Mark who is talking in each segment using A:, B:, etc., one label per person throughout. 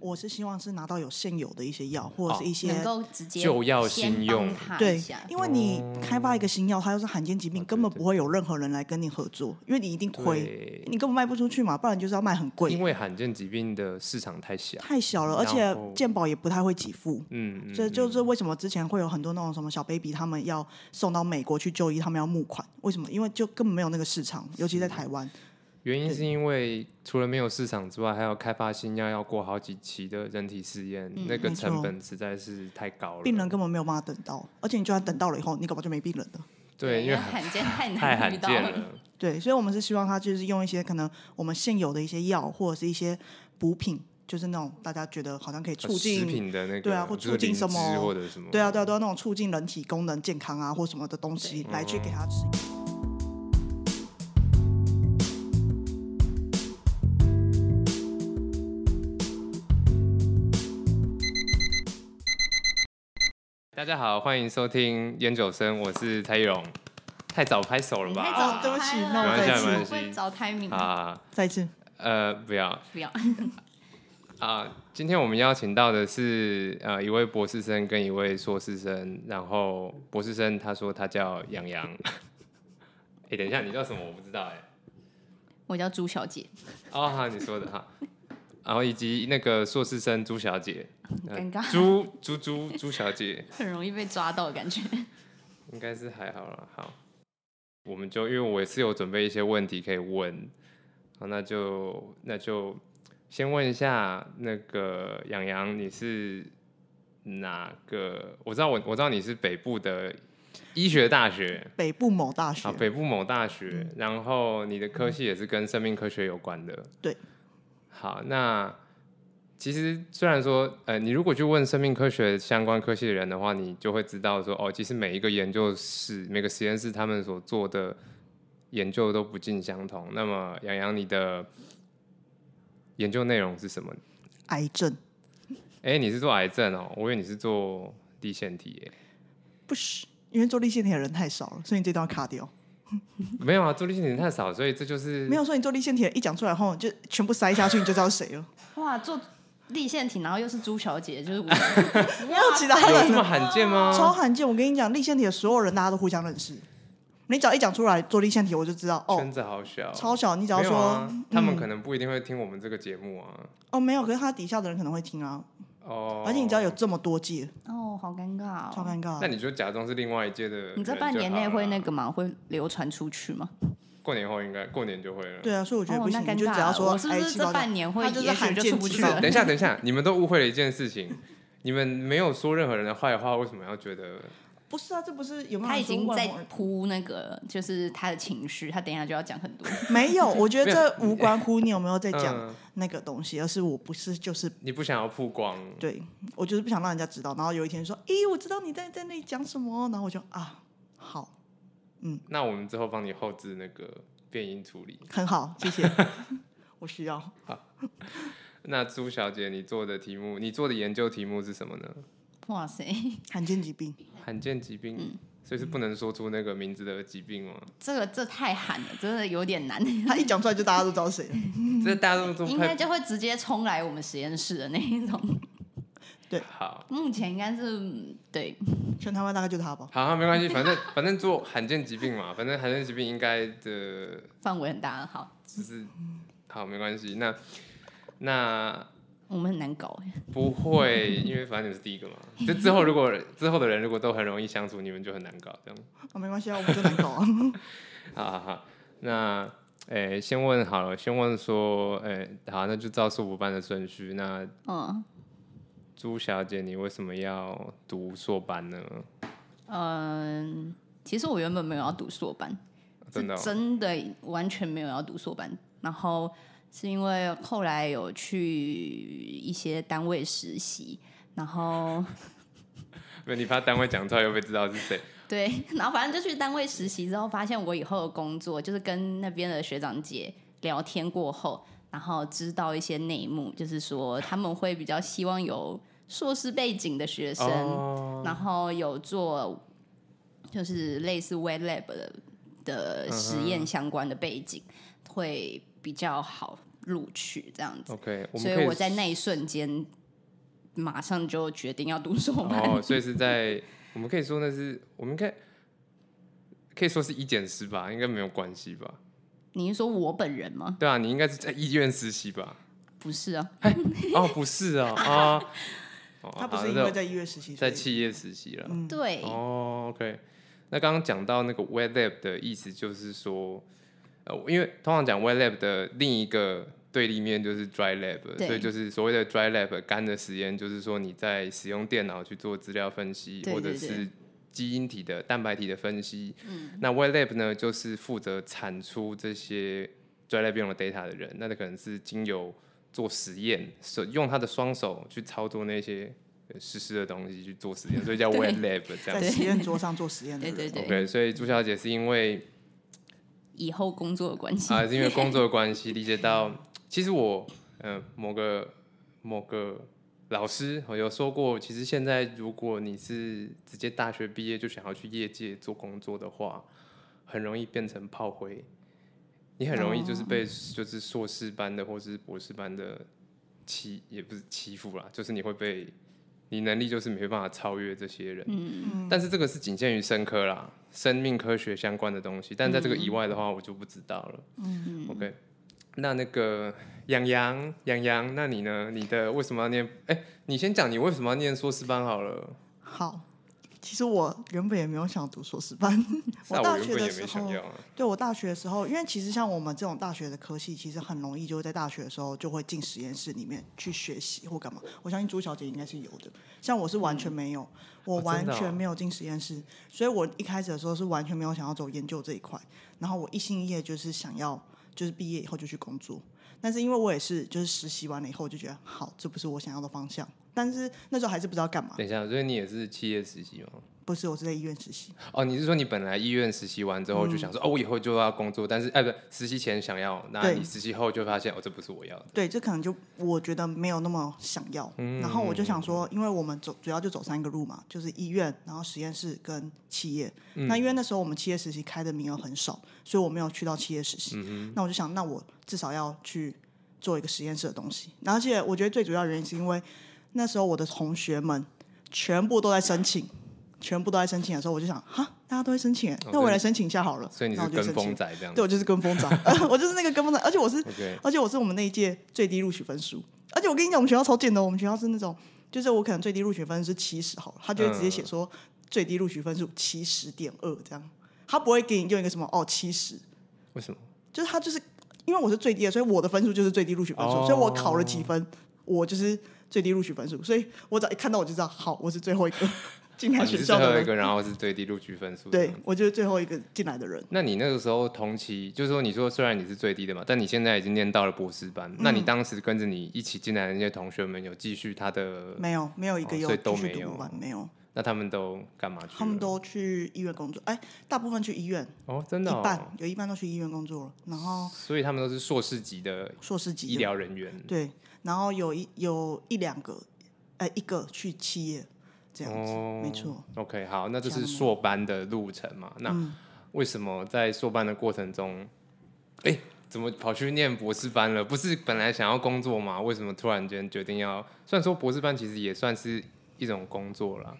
A: 我是希望是拿到有现有的一些药或者是一些、
B: 哦能够直接
C: 就要
B: 先
C: 先
B: 帮
C: 用
B: 他一
A: 对
B: 下，
A: 因为你开发一
C: 哦
A: 个新药，它又是罕见疾病，根本不会有任何人来跟你合作，因为你一定亏，
C: 对，
A: 你根本卖不出去嘛，不然就是要卖很
C: 因
A: 贵，
C: 为罕见疾病的市场太小，
A: 太小了，而
C: 然后
A: 且健保也不太会给付。
C: 嗯，嗯
A: 所以就
C: 嗯
A: 是为什么之前会有很多那种什么小 baby，他们要送到美国去就医，他们要募款，为什么？因为就根本没有那个市场，尤其在台湾。
C: 原因是因为除了没有市场之外，还有开发新药要过好几期的人体试验，
B: 嗯
C: 那个
A: 没错
C: 成本实在是太高了。
A: 病人根本没有办法等到，而且你就算等到了以后，你搞不好就没病人了。
C: 对，因
B: 因
C: 为
B: 罕见太
C: 太
B: 难遇
C: 罕
B: 到
C: 见。了。
A: 对，所以我们是希望他就是用一些可能我们现有的一些药或者是一些补品，就是那种大家觉得好像可以 促
C: 呃食
A: 进，
C: 品嗯的那个，
A: 对啊或
C: 就是
A: 促进
C: 灵
A: 什么
C: 芝或者什么，
A: 对啊对啊，对啊，那种促进人体功能健康啊或什么的东西来去给
C: 嗯
A: 他吃。
C: 大家好，欢迎收听烟酒声，我是蔡依荣。太早拍手了
B: 你
C: 吧？
B: 太早
A: 哦对不起
B: 拍了
A: 那我
C: 没关
A: 再
C: 系
A: 次
C: 没关
B: 我会
C: 系
B: 找 timing，
C: 啊，
A: 再一次，
C: 呃，不要
B: 不要。
C: 啊！今天我们邀请到的是呃一位博士生跟一位硕士生，然后博士生他说他叫杨洋。 哎、等一下，你叫什么？我不知道哎、
B: 我叫朱小姐，
C: 哦，好，你说的哈。然后以及那个硕士生朱小姐，呃
B: 很尴尬，
C: 朱朱朱朱小姐，
B: 很容易被抓到的感觉。
C: 应该是还好啦。好，我们就因为我也是有准备一些问题可以问，好，那就那就先问一下那个杨洋，你是哪个？我知道我我知道你是北部的医学大学嗯
A: 北部某大学
C: 啊，，北部某大学，然后你的科系也是跟生命科学有关的。
A: 对，
C: 好，那其实虽然说，呃，你如果去问生命科学相关科系的人的话，你就会知道说，哦，其实每一个研究室、每个实验室他们所做的研究都不尽相同。那么，杨洋，你的研究内容是什么？
A: 癌症
C: 哎、你是做癌症哦，我以为你是做立腺体耶。
A: 不是，因为做立腺体的人太少了，所以你这段要卡掉。
C: 没有啊，做立腺体太少，所以这就是
A: 没有说你做立腺体的一讲出来后，你就全部塞下去，你就知道谁了。
B: 哇，做立腺体，然后又是朱小姐， 就是我。
A: 没有其他
C: 有
A: 人
C: 这么罕见 吗？
A: 超罕见。我跟你讲，立腺体的所有人大家都互相认识。你只要一讲出来做立腺体，我就知道哦
C: 圈，子好小，
A: 超小。你只
C: 没
A: 要
C: 有
A: 说、
C: 啊
A: 嗯
C: 他们可能不一定会听我们这个节目啊。
A: 哦没有，可是他底下的人可能会听啊。
C: 哦，
A: 而且你只要有，这么多届，
B: 哦，好尴尬、
A: 超
B: 哦。
A: 尴尬
C: 那
A: 的。
C: 你就假装是另外一届的人就好了。
B: 你这半年内会那个吗？会流传出去吗？
C: 过年后应该过年就会了。
A: 对啊，所以我觉得
B: 哦
A: 不，行，你
B: 那尴
A: 就只
B: 尬
A: 要
B: 了。
A: 说
B: 我是不
A: 哎
B: 是
A: 细胞量
B: 这半年会，
A: 他就是
B: 也许
A: 罕
B: 就
A: 见
B: 出不
A: 疾
B: 去
A: 病
B: 了
C: 等？一下，等一下，你们都误会了一件事情，你们没有说任何人的坏话，为什么要觉得？
A: 不是啊，这不是有没有
B: 他已
A: 人说
B: 经
A: 万
B: 在
A: 红人
B: 铺那个，就是他的情绪，他等一下就要讲很多。
A: 没有？我 觉得这无关乎你有没有在讲
C: 嗯，
A: 那个东西，而是我不是就是
C: 你不想要曝光，
A: 对我就是不想让人家知道。然后有一天说，咦，我知道你在在那里讲什么，然后我就啊，好，
C: 那我们之后帮你后置那个变音处理。
A: 很好，谢 谢，我需要。
C: 那朱小姐，你做的题目，你做的研究题目是什么呢？
B: 哇塞，
A: 罕见疾病，
C: 罕见疾病，
B: 嗯
C: 所以是不能说出那个名字的疾病吗？
B: 这个这太喊了，真的有点难。
A: 他一讲出来就大家都知道谁了。
C: 这大家都都
B: 嗯 应
C: 快
B: 该就会直接冲来我们实验室的那一种。
C: 好，
B: 目前应该是嗯对，
A: 全台湾大概就他吧。
C: 好，没关系，反正反正做罕见疾病嘛，反正罕见疾病应该的，
B: 范围很大。好，
C: 就是好，没关系。那那
B: 我们很难搞。欸
C: 不会，因为反正你是第一个嘛。就之后如果之后的人如果都很容易相处，你们就很难搞这样。
A: 啊，没关系啊，我们就难搞啊。
C: 好好好，那诶、先问好了，先问说，诶、好，那就照硕博班的顺序。那
B: 嗯
C: 朱小姐，你为什么要读硕班呢？
B: 嗯，其实我原本没有要读硕班，
C: 真的哦、
B: 是真的完全没有要读硕班。然后是因为后来有去一些单位实习，然后
C: 没有你怕单位讲出来又被知道是谁？
B: 对， 然后反正就去单位实习之后，发现我以后的工作就是跟那边的学长姐聊天过后，然后知道一些内幕，就是说他们会比较希望有硕士背景的学生，
C: 哦，
B: 然后有做就是类似 wet
C: 嗯
B: lab 的的实验相关的背景、会比较好。录取这样子，
C: OK，我
B: 所
C: 们可
B: 以
C: 以
B: 我在那一瞬间马上就决定要读 硕班。
C: 哦，所以是在我们可以说那是我们应该可以说是一减十吧，应该没有关系吧？
B: 你是说我本人吗？
C: 对啊，你应该是在医院实习吧？
B: 不是啊，
C: 哦，不是哦，啊， 哦
A: 他不
C: 好
A: 是因
C: 那
A: 为在一月实习，所
C: 在
A: 以
C: 企业实习了。
A: 嗯
B: 对，
C: 哦，OK。那刚刚讲到那个 web lab 的意思，就是说，呃，因为通常讲 web lab 的另一个对立面就是 dry lab，
B: 对
C: 所以就是所谓的 dry lab 干的实验，就是说你在使用电脑去做资料分析，
B: 对
C: 或者
B: 对对嗯
C: 是基因体的蛋白体的分析。那 web lab 呢，就是负责产出这些 dry lab 用的 data 的人，那可能是经由做实验，手用他的双手去操作那些呃湿湿的东西去做实验，所以 叫 wet lab 这
A: 在
C: 样子。
A: 实验桌上做实验的
B: 对
A: 人，哦
B: 对对
C: OK，所以朱小姐是因为
B: 以后工作的关系，
C: 啊、是因为工作的关系，理解到其实我呃某个某个老师我有说过，其实现在如果你是直接大学毕业就想要去业界做工作的话，很容易变成炮灰，你很
B: 哦
C: 容易就是被就是硕士班的或是博士班的欺，也不是欺负啦，就是你会被你能力就是没办法超越这些人。
A: 嗯
C: 但是这个是仅限于生科啦，生命科学相关的东西。但在这个以外的话，我就不知道了。嗯，OK。那那个杨洋，杨洋，那你呢？你的为什么要念？哎、你先讲你为什么要念硕士班好了。
A: 好。其实我原本也没有想读硕士班，
C: 那
A: 大
C: 原
A: 学
C: 本
A: 的
C: 也
A: 时
C: 没想
A: 候
C: 要、啊。
A: 对我大学的时候，因为其实像我们这种大学的科系，其实很容易就会在大学的时候就会进实验室里面去学习或干嘛。我相信朱小姐应该是有的，像我是完全没有，我
C: 哦
A: 完
C: 真的哦
A: 全没有进实验室，所以我一开始的时候是完全没有想要走研究这一块，然后我一心一意就是想要就是毕业以后就去工作。但是因为我也是就是实习完了以后，我就觉得好，这不是我想要的方向。但是那时候还是不知道干嘛，
C: 等一下，所以你也是企业实习吗？
A: 不是我是在医院实习，
C: 哦，你是说你本来医院实习完之后就想说，哦，我以后就要工作，但是哎，不是实习前想要，那
A: 嗯对
C: 你实习后就发现，哦，这不是我要的。嗯
A: 对，这可能就我觉得没有那么想要。然后我就想说，因为我们走主要就走三个路嘛，就是医院，然后实验室跟企业。那
C: 嗯
A: 因为那时候我们企业实习开的名额很少，所以我没有去到企业实习。
C: 嗯
A: 那我就想，那我至少要去做一个实验室的东西。然后而且我觉得最主要原因是因为那时候我的同学们全部都在申请。全部都在申请的时候，我就想，哈，大家都在申请欸，那我也来申请一下好了。
C: 哦所以你
A: 那
C: 是
A: 我就
C: 跟
A: 申
C: 风
A: 请，
C: 仔这样
A: 对
C: 子。
A: 我就是跟风仔， 我就是那个跟风仔，而且我是
C: OK，
A: 而且我是我们那一届最低录取分数。而且我跟你讲，我们学校超贱的哦，我们学校是那种，就是我可能最低录取分是七十好了，他就会直接
C: 嗯
A: 写说最低录取分数七十点二这样，他不会给你用一个什么哦七十，70,
C: 为什么？
A: 就是他就是因为我是最低的，所以我的分数就是最低录取分数，
C: 哦
A: 所以我考了几分，我就是最低录取分数，所以我只要一看到我就知道，好，我是最后一 个进
C: 啊
A: 来
C: 你
A: 学
C: 是
A: 校
C: 最后
A: 的人，
C: 一个，然后是最低录取分数。
A: 对我就是最后一个进来的人。
C: 那你那个时候同期，就是说，你说虽然你是最低的嘛，但你现在已经念到了博士班，
A: 嗯
C: 那你当时跟着你一起进来的那些同学们有继续他的，
A: 没有，没有一个
C: 哦
A: 有
C: 所以都
A: 继续
C: 没有
A: 读完，没有，
C: 那他们都干嘛去了？
A: 他们都去医院工作，哎，大部分去医院，
C: 哦，真的、
A: 一半
C: 哦，
A: 有一半都去医院工作了，然后
C: 所以他们都是硕士级的
A: 硕士级
C: 医
A: 的
C: 疗人员。
A: 对，然后有一有一两个，呃，一个去企业这样子，
C: 哦
A: 没错。
C: OK，好，那这
A: 这
C: 是
A: 样吗
C: 硕班的路程嘛？那
A: 嗯
C: 为什么在硕班的过程中，哎、怎么跑去念博士班了？不是本来想要工作嘛？为什么突然间决定要？虽然说博士班其实也算是一种工作啦，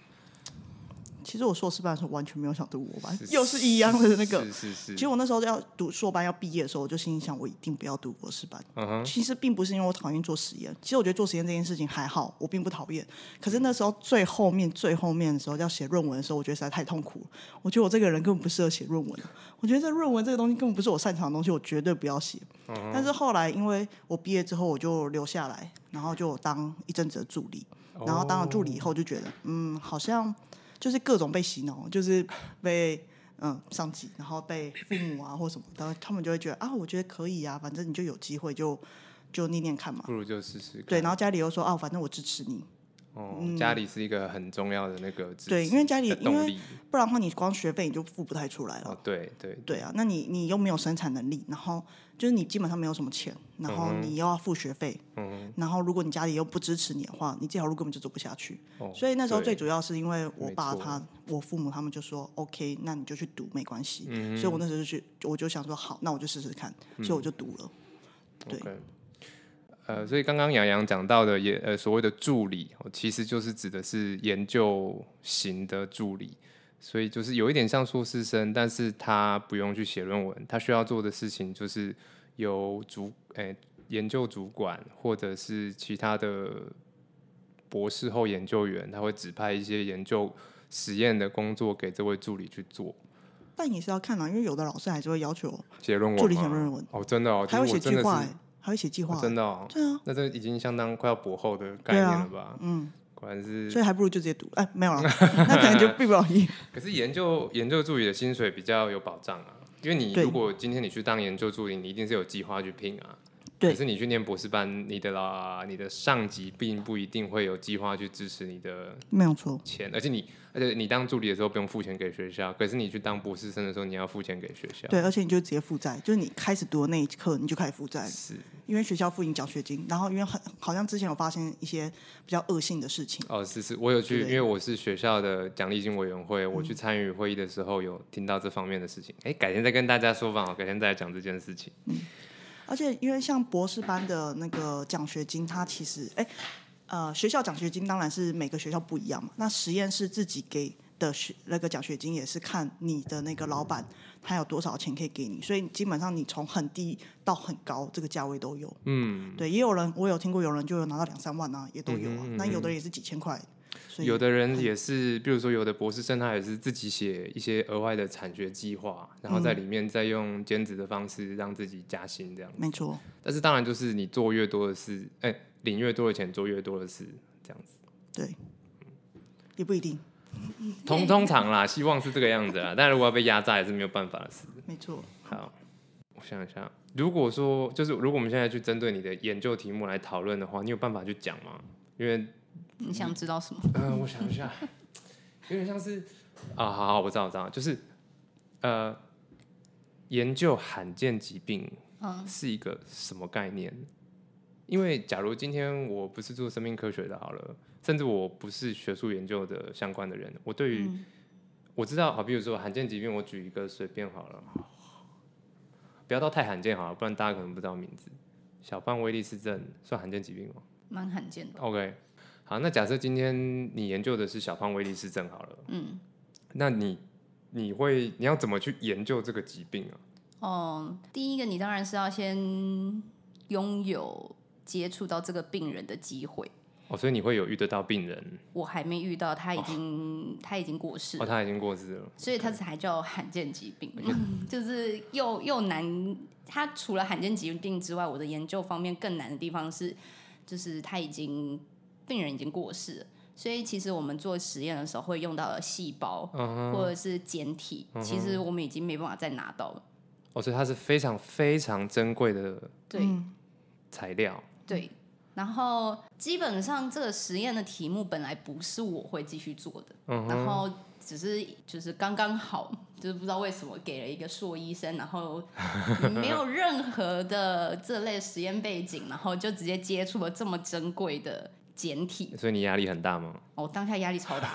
A: 其实我硕士班的时候完全没有想读我班，
C: 是
A: 又是一样的那个。
C: 是是是，
A: 其实我那时候要读硕班要毕业的时候，我就心里想，我一定不要读博士班。
C: 嗯哼，
A: 其实并不是因为我讨厌做实验，其实我觉得做实验这件事情还好，我并不讨厌。可是那时候最后面最后面的时候要写论文的时候，我觉得实在太痛苦了。我觉得我这个人根本不适合写论文，我觉得这论文这个东西根本不是我擅长的东西，我绝对不要写。
C: 嗯
A: 但是后来因为我毕业之后，我就留下来，然后就当一阵子的助理，然后当了助理以后就觉得，嗯，好像就是各种被洗脑，就是被。嗯，上级，然后被父母啊或什么的，他们就会觉得啊，我觉得可以啊，反正你就有机会就就念念看嘛。
C: 不如就试试看。
A: 对，然后家里又说啊，反正我支持你，
C: 哦，家里是一个很重要的那个支持
A: 对因为家里
C: 的动力
A: 不然的话你光学费你就付不太出来了。
C: 哦，对对
A: 对啊，那你你又没有生产能力，然后就是你基本上没有什么钱，然后你又要付学费，然后如果你家里又不支持你的话，你这条路根本就走不下去。
C: 哦
A: 所以那时候
C: 对
A: 最主要是因为我
C: 没
A: 爸
C: 错
A: 他我父母他们就说 OK，那你就去读没关系。
C: 嗯嗯
A: 所以我那时候就去，我就想说好，那我就试试看，所以我就读了。对
C: OK 呃，所以刚刚杨洋讲到的也呃所谓的助理，哦其实就是指的是研究型的助理，所以就是有一点像硕士生，但是他不用去写论文，他需要做的事情就是由主诶、研究主管或者是其他的博士后研究员，他会指派一些研究实验的工作给这位助理去做
A: 但也是要看啦，因为有的老师还是会要求
C: 写论文吗，
A: 助理写论文
C: 哦，真的哦，
A: 还会
C: 其实
A: 写
C: 我真
A: 计
C: 的是
A: 划、欸，还会写计划
C: 哦
A: 欸、
C: 真的哦，
A: 对啊，
C: 那这已经相当快要博后的概念了吧？
A: 嗯，
C: 果然是
A: 所以还不如就直接读，哎，没有 了，那可能就毕不了业。
C: 可是研究研究助理的薪水比较有保障啊，因为你
A: 对
C: 如果今天你去当研究助理，你一定是有计划去拼啊。
A: 对
C: 可是你去念博士班，你的啦，你的上级并不一定会有计划去支持你的
A: 没有错，
C: 钱，而且你而且你当助理的时候不用付钱给学校，可是你去当博士生的时候你要付钱给学校。
A: 对，而且你就直接负债，就是你开始读的那一刻你就开始负债了，
C: 是
A: 因为学校付你奖学金，然后因为很好像之前有发现一些比较恶性的事情，
C: 哦，是是，我有去，
A: 对
C: 因为我是学校的奖励金委员会，我去参与会议的时候有听到这方面的事情。哎，改天再跟大家说吧，哦改天再来讲这件事情。
A: 而且因为像博士班的那个奖学金，它其实哎、呃学校奖学金当然是每个学校不一样嘛，那实验室自己给。的学那个奖学金也是看你的那个老板他有多少钱可以给你，所以基本上你从很低到很高这个价位都有。
C: 嗯，
A: 对，也有人我有听过有人就有拿到两三万啊，也都有啊。
C: 嗯哼嗯
A: 那
C: 哼
A: 有的人也是几千块，所以
C: 嗯有的人也是，比如说有的博士生他也是自己写一些额外的产学计划，然后在里面再用兼职的方式让自己加薪这样。
A: 没错，
C: 但是当然就是你做越多的事，哎、领越多的钱做越多的事，这样子。
A: 对，也不一定，
C: 通通常啦，希望是这个样子啦。但如果要被压榨也是没有办法的事。
A: 没错。
C: 好，我想一下，如果说就是如果我们现在去针对你的研究题目来讨论的话，你有办法去讲吗？因为
B: 你想知道什么？
C: 嗯，我想一下，有点像是啊，好好，我知道，我知道，就是呃，研究罕见疾病
B: 嗯
C: 是一个什么概念？因为假如今天我不是做生命科学的，好了，甚至我不是学术研究的相关的人，我对于、
B: 嗯
C: 我知道，好，比如说罕见疾病，我举一个随便好了，不要到太罕见好了，不然大家可能不知道名字。小半威利氏症算罕见疾病吗？
B: 蛮罕见的。
C: OK，好，那假设今天你研究的是小胖威利氏症好了，
B: 嗯，
C: 那你你会你要怎么去研究这个疾病啊？
B: 哦，第一个你当然是要先拥有接触到这个病人的机会。
C: 哦，所以你会有遇得到病人，
B: 我还没遇到，他已经、他已经过世
C: 哦，
B: 了，
C: 他已经过世了，
B: 所以他才叫罕见疾病， 就是又又难。他除了罕见疾病之外，我的研究方面更难的地方是，就是他已经病人已经过世了，所以其实我们做实验的时候会用到的细胞
C: 嗯哼，
B: 或者是简体，其实我们已经没办法再拿到了。
C: 哦，所以它是非常非常珍贵的
B: 对、
A: 嗯
C: 材料，
B: 对，然后基本上这个实验的题目本来不是我会继续做的，
C: 嗯
B: 然
C: 哼，
B: 后只是就是刚刚好，就是不知道为什么给了一个硕医生，然后没有任何的这类实验背景，然后就直接接触了这么珍贵的简体，
C: 所以你压力很大吗？
B: 我、当下压力超大。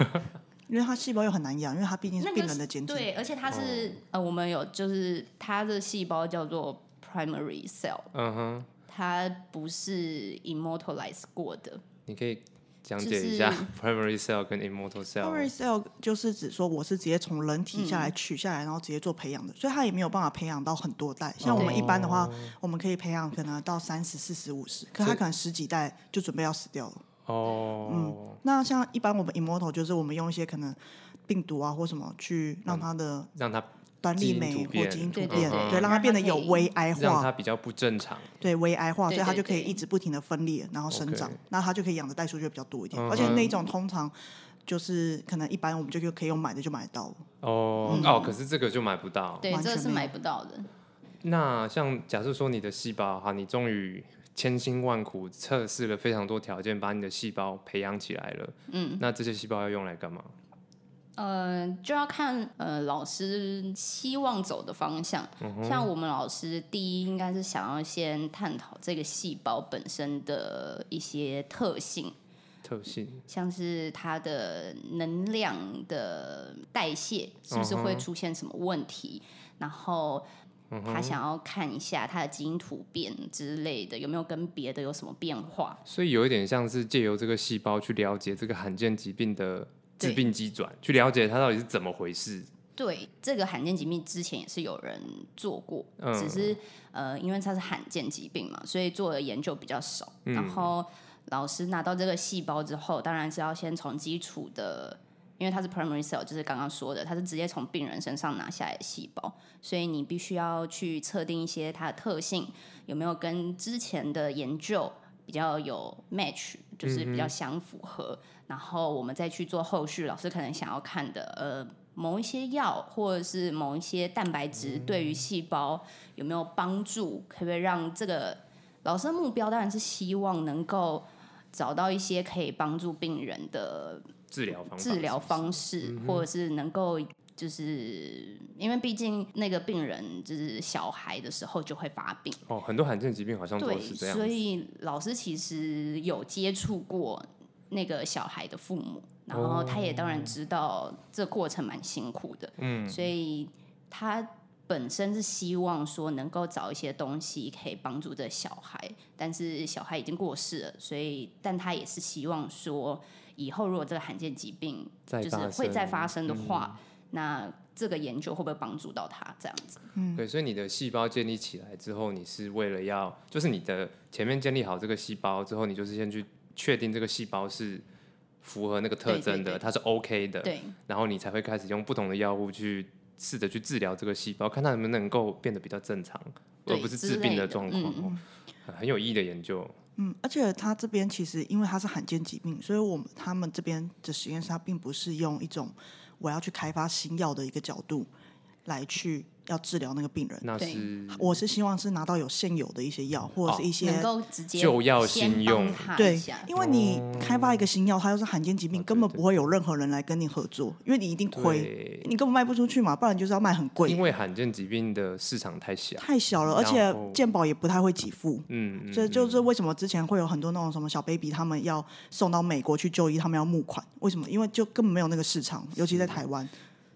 A: 因为它细胞又很难养，因为它毕竟是
B: 那个
A: 病人的 简体。哦
B: 对，而且它是、呃，我们有就是它的细胞叫做 primary cell，
C: 嗯哼，
B: 它不是 immortalize 过的，
C: 你可以讲
B: 就
C: 解一
B: 是
C: 下 primary cell 跟 immortal
A: Primary
C: cell，
A: cell 就是指说我是直接从人体下
B: 嗯
A: 来取下来，然后直接做培养的，所以它也没有办法培养到很多代。像我
B: 哦
A: 们一般的话，我们可以培养可能到三十、四十、五十，可它可能十几代就准备要死掉了。
B: 嗯
C: 哦，
A: 那像一般我们 immortal 就是我们用一些可能病毒啊或什么去让它的
C: 让它
A: 端粒
C: 嗯基
A: 酶
C: 因突
A: 或
C: 变
A: 基因突
B: 对对
A: 变，
C: 对
A: 对，让
B: 让
A: 它
B: 它
A: 变得
B: 可
A: 有
B: 以
A: 微癌
C: 让
A: 化
C: 它，比较不正常，
A: 对微癌化，
B: 对
A: 所以它
B: 对
A: 就可以
B: 对
A: 一直不停的分裂，然后生长
C: OK，
A: 那它就可以养的代数就比较多一点，
C: 嗯
A: 而且那
C: 嗯
A: 种通常就是可能一般我们就可以用买的就买得到了。
C: 哦哦，可是这个就买不到，
B: 嗯对，
A: 完
B: 这个
A: 全
B: 是
A: 没
B: 买
A: 有
B: 不到的。
C: 那像假设说你的细胞哈，你终于千辛万苦测试了非常多条件，把你的细胞培养起来了。嗯，那这些细胞要用来干嘛？
B: 呃，就要看呃老师希望走的方向。像我们老师，第一应该是想要先探讨这个细胞本身的一些特性，
C: 特性
B: 像是它的能量的代谢是不是会出现什么问题，然后他想要看一下他的基因突变之类的有没有跟别的有什么变化。
C: 所以有一点像是借由这个细胞去了解这个罕见疾病的致
B: 对
C: 病机转，去了解它到底是怎么回事。
B: 对这个罕见疾病，之前也是有人做过，
C: 嗯
B: 只是呃，因为它是罕见疾病嘛，所以做的研究比较少。然后老师拿到这个细胞之后，当然是要先从基础的，因为它是 primary cell，就是刚刚说的，它是直接从病人身上拿下来的细胞，所以你必须要去测定一些它的特性有没有跟之前的研究比较有 match，就是比较相符合。然后我们再去做后续老师可能想要看的，呃，某一些药或者是某一些蛋白质对于细胞有没有帮助，可不可以让这个老师的目标当然是希望能够找到一些可以帮助病人的
C: 治疗方法
B: 治疗
C: 是不是
B: 方式，或者是能够。就是因为毕竟那个病人就是小孩的时候就会发病，
C: 哦，很多罕见疾病好像都
B: 对，
C: 是这样
B: 所。以老师其实有接触过那个小孩的父母，然后他也当然知道这过程蛮辛苦的，嗯，所以他本身是希望说能够找一些东西可以帮助这小孩，但是小孩已经过世了，所以但他也是希望说以后如果这个罕见疾病
C: 再
B: 就是
C: 发
B: 会再
C: 生嗯
B: 发生的话，那这个研究会不会帮助到他这样子？
C: 对，所以你的细胞建立起来之后，你是为了要，就是你的前面建立好这个细胞之后，你就是先去确定这个细胞是符合那个特
B: 对对
C: 征的，
B: 对
C: 它是 OK 的，
B: 对，
C: 然后你才会开始用不同的药物去试着去治疗这个细胞，看它能不能够变得比较正常，而
B: 对
C: 不是
B: 之
C: 治病
B: 类的
C: 状况、
B: 嗯
C: 哦很很有意义的研究。
A: 嗯，而且他这边其实因为他是罕见疾病，所以我们他们这边的实验室，它并不是用一种我要去开发新药的一个角度来去要治疗那个病人。
C: 那
B: 对
C: 是
A: 我是希望是拿到有现有的一些药，或者是一些、
B: 能够直接
C: 就要
B: 先
C: 先
B: 帮
C: 用
B: 他一
A: 对
B: 下，
A: 因为你开发一个新药，它又是罕见疾病，
C: 哦哦对
A: 根本
C: 对
A: 不会有任何人来跟你合作，因为你一定亏，
C: 对，
A: 你根本卖不出去嘛，不然你就是要卖很贵
C: 因，为罕见疾病的市场太小，
A: 太小了，
C: 然
A: 而且
C: 后
A: 健保也不太会给付。
C: 嗯，嗯
A: 所以就
C: 嗯
A: 是为什么之前会有很多那种什么小 baby，他们要送到美国去就医，他们要募款，为什么？因为就根本没有那个市场，尤其在台湾。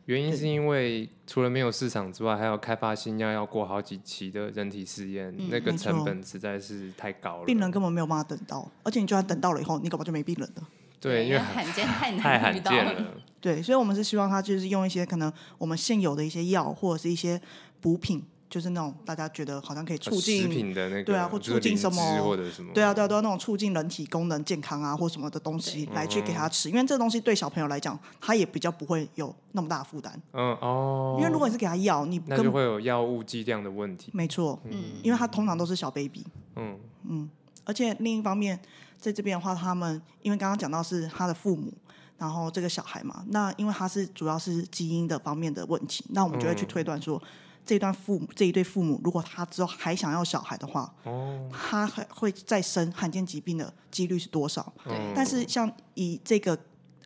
C: 原因是因为除了没有市场之外，还要开发新药要过好几期的人体试验，那
A: 嗯
C: 个
A: 没错
C: 成本实在是太高了。
A: 病人根本没有办法等到，而且你就算等到了以后，你搞不好就没病人了。
C: 对，因为
B: 罕见太
C: 太
B: 难遇
C: 罕
B: 到
C: 见了。
A: 对，所以我们是希望他就是用一些可能我们现有的一些药或者是一些补品，就是那种大家觉得好像可以 促
C: 呃食
A: 进。
C: 品的那个
A: 对啊或
C: 就是
A: 促进
C: 灵
A: 什么
C: 芝或者什么，
A: 对啊，对啊，都要那种促进人体功能健康啊，或什么的东西来去给他吃，因为这东西对小朋友来讲，他也比较不会有那么大的负担。
C: 嗯哦，
A: 因为如果你是给他药，你
C: 那
A: 根
C: 就
A: 本
C: 会有药物剂量的问题。
A: 没错，嗯，因为他通常都是小 baby，
C: 嗯，
A: 而且另一方面，在这边的话，他们因为刚刚讲到是他的父母，然后这个小孩嘛，那因为他是主要是基因的方面的问题，那我们就
C: 嗯
A: 会去推断说，这一段父母这一对父母，如果他之后还想要小孩的话，
C: 哦，
A: 他还会再生罕见疾病的几率是多少？
B: 对
C: 嗯
A: 但是像以这个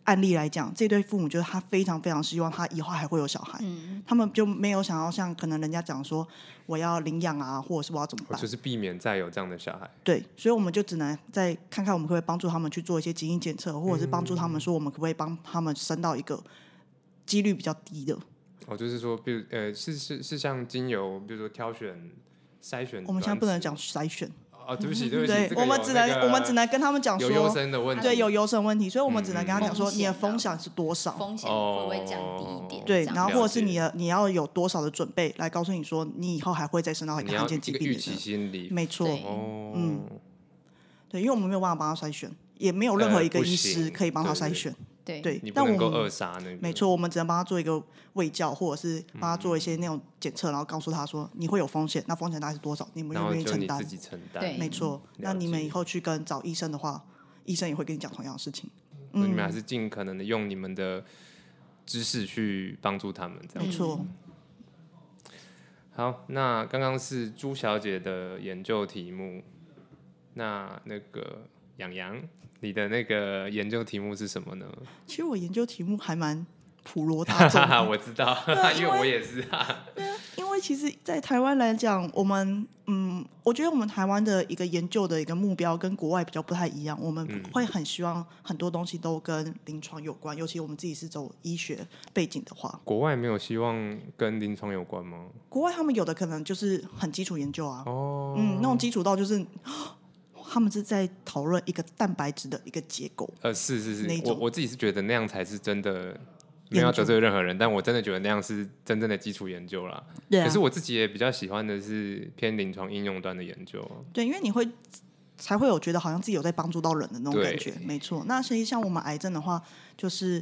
A: 案例来讲，这对父母就是他非常非常希望他以后还会有小孩，
C: 嗯
A: 他们就没有想要像可能人家讲说我要领养啊，或者是我要怎么
C: 我
A: 办？
C: 就是避免再有这样的小孩。
A: 对，所以我们就只能再看看我们可不可以帮助他们去做一些基因检
C: 嗯
A: 测，或者是帮助他们说我们可不可以帮他们生到一个几率比较低的。
C: 哦，就是说，比如呃，是是是像精油，比如说挑选筛选。
A: 我们现在不能讲筛选，
C: 哦，对不起，对不 起，
A: 对
C: 这，个
A: 我们
C: 有
A: 只
C: 那
A: 能
C: 个
A: 我们只能跟他们讲
C: 有优
A: 说，
C: 生的问题，
A: 对，有优生问题，所以我们只能跟他讲说
B: 嗯
A: 你的
B: 风险啊
A: 风险是多少。
B: 风险会不会降低一点？
C: 哦
A: 对，
B: 这样
A: 然后
C: 了
A: 或者是
C: 解
A: 你的你要有多少的准备，来告诉你说你以后还会再生到一
C: 你
A: 个
C: 要
A: 罕
C: 一
A: 见疾
C: 个
A: 病
C: 预
A: 的
C: 期
A: 人。
C: 心理
A: 没错，
B: 对
C: 哦，
A: 嗯对，因为我们没有办法帮他筛选，也没有任何
C: 呃
A: 一个
C: 不
A: 医师
C: 行
A: 可以帮他
C: 对对
A: 筛
C: 对
A: 选。
B: 对
A: 对
C: 你，不
A: 但我
C: 能够
A: 们
C: 扼杀那个，
A: 没错，我们只能帮他做一个喂教，或者是帮他做
C: 嗯
A: 一些那种检测，然后告诉他说你会有风险，那风险大概是多少，你们愿
C: 然后
A: 不愿意
C: 就
A: 承
C: 你
A: 担
C: 自？己承担，
B: 对
A: 没错，那
C: 了
A: 你们
C: 解
A: 以后去跟找医生的话，医生也会跟你讲同样的事情。
C: 所以你们还是尽可能的用你们的知识去帮助他们，这样
A: 没。错，
C: 好，那刚刚是朱小姐的研究题目，那那个养羊，你的那个研究题目是什么 呢？
A: 其实我研究题目还蛮普罗大 众的，
C: 我知道，因为我也是啊。
A: 因为其实，在台湾来讲，我们嗯，我觉得我们台湾的一个研究的一个目标跟国外比较不太一样，我们
C: 嗯
A: 会很希望很多东西都跟临床有关，尤其我们自己是走医学背景的话，
C: 国外没有希望跟临床有关吗？
A: 国外他们有的可能就是很基础研究啊，
C: 哦，
A: 嗯，那种基础到就是 他们是在讨论一个蛋白质的一个结构，
C: 呃，是是
A: 那
C: 是，我
A: 种
C: 我自己是觉得那样才是真的，没有要
A: 研究
C: 得罪任何人，但我真的觉得那样是真正的基础研究啦。
A: 对啊
C: 可是我自己也比较喜欢的是偏临床应用端的研究啊。
A: 对，因为你会才会有觉得好像自己有在帮助到人的那种感觉
C: 对，
A: 没错。那实际像我们癌症的话，就是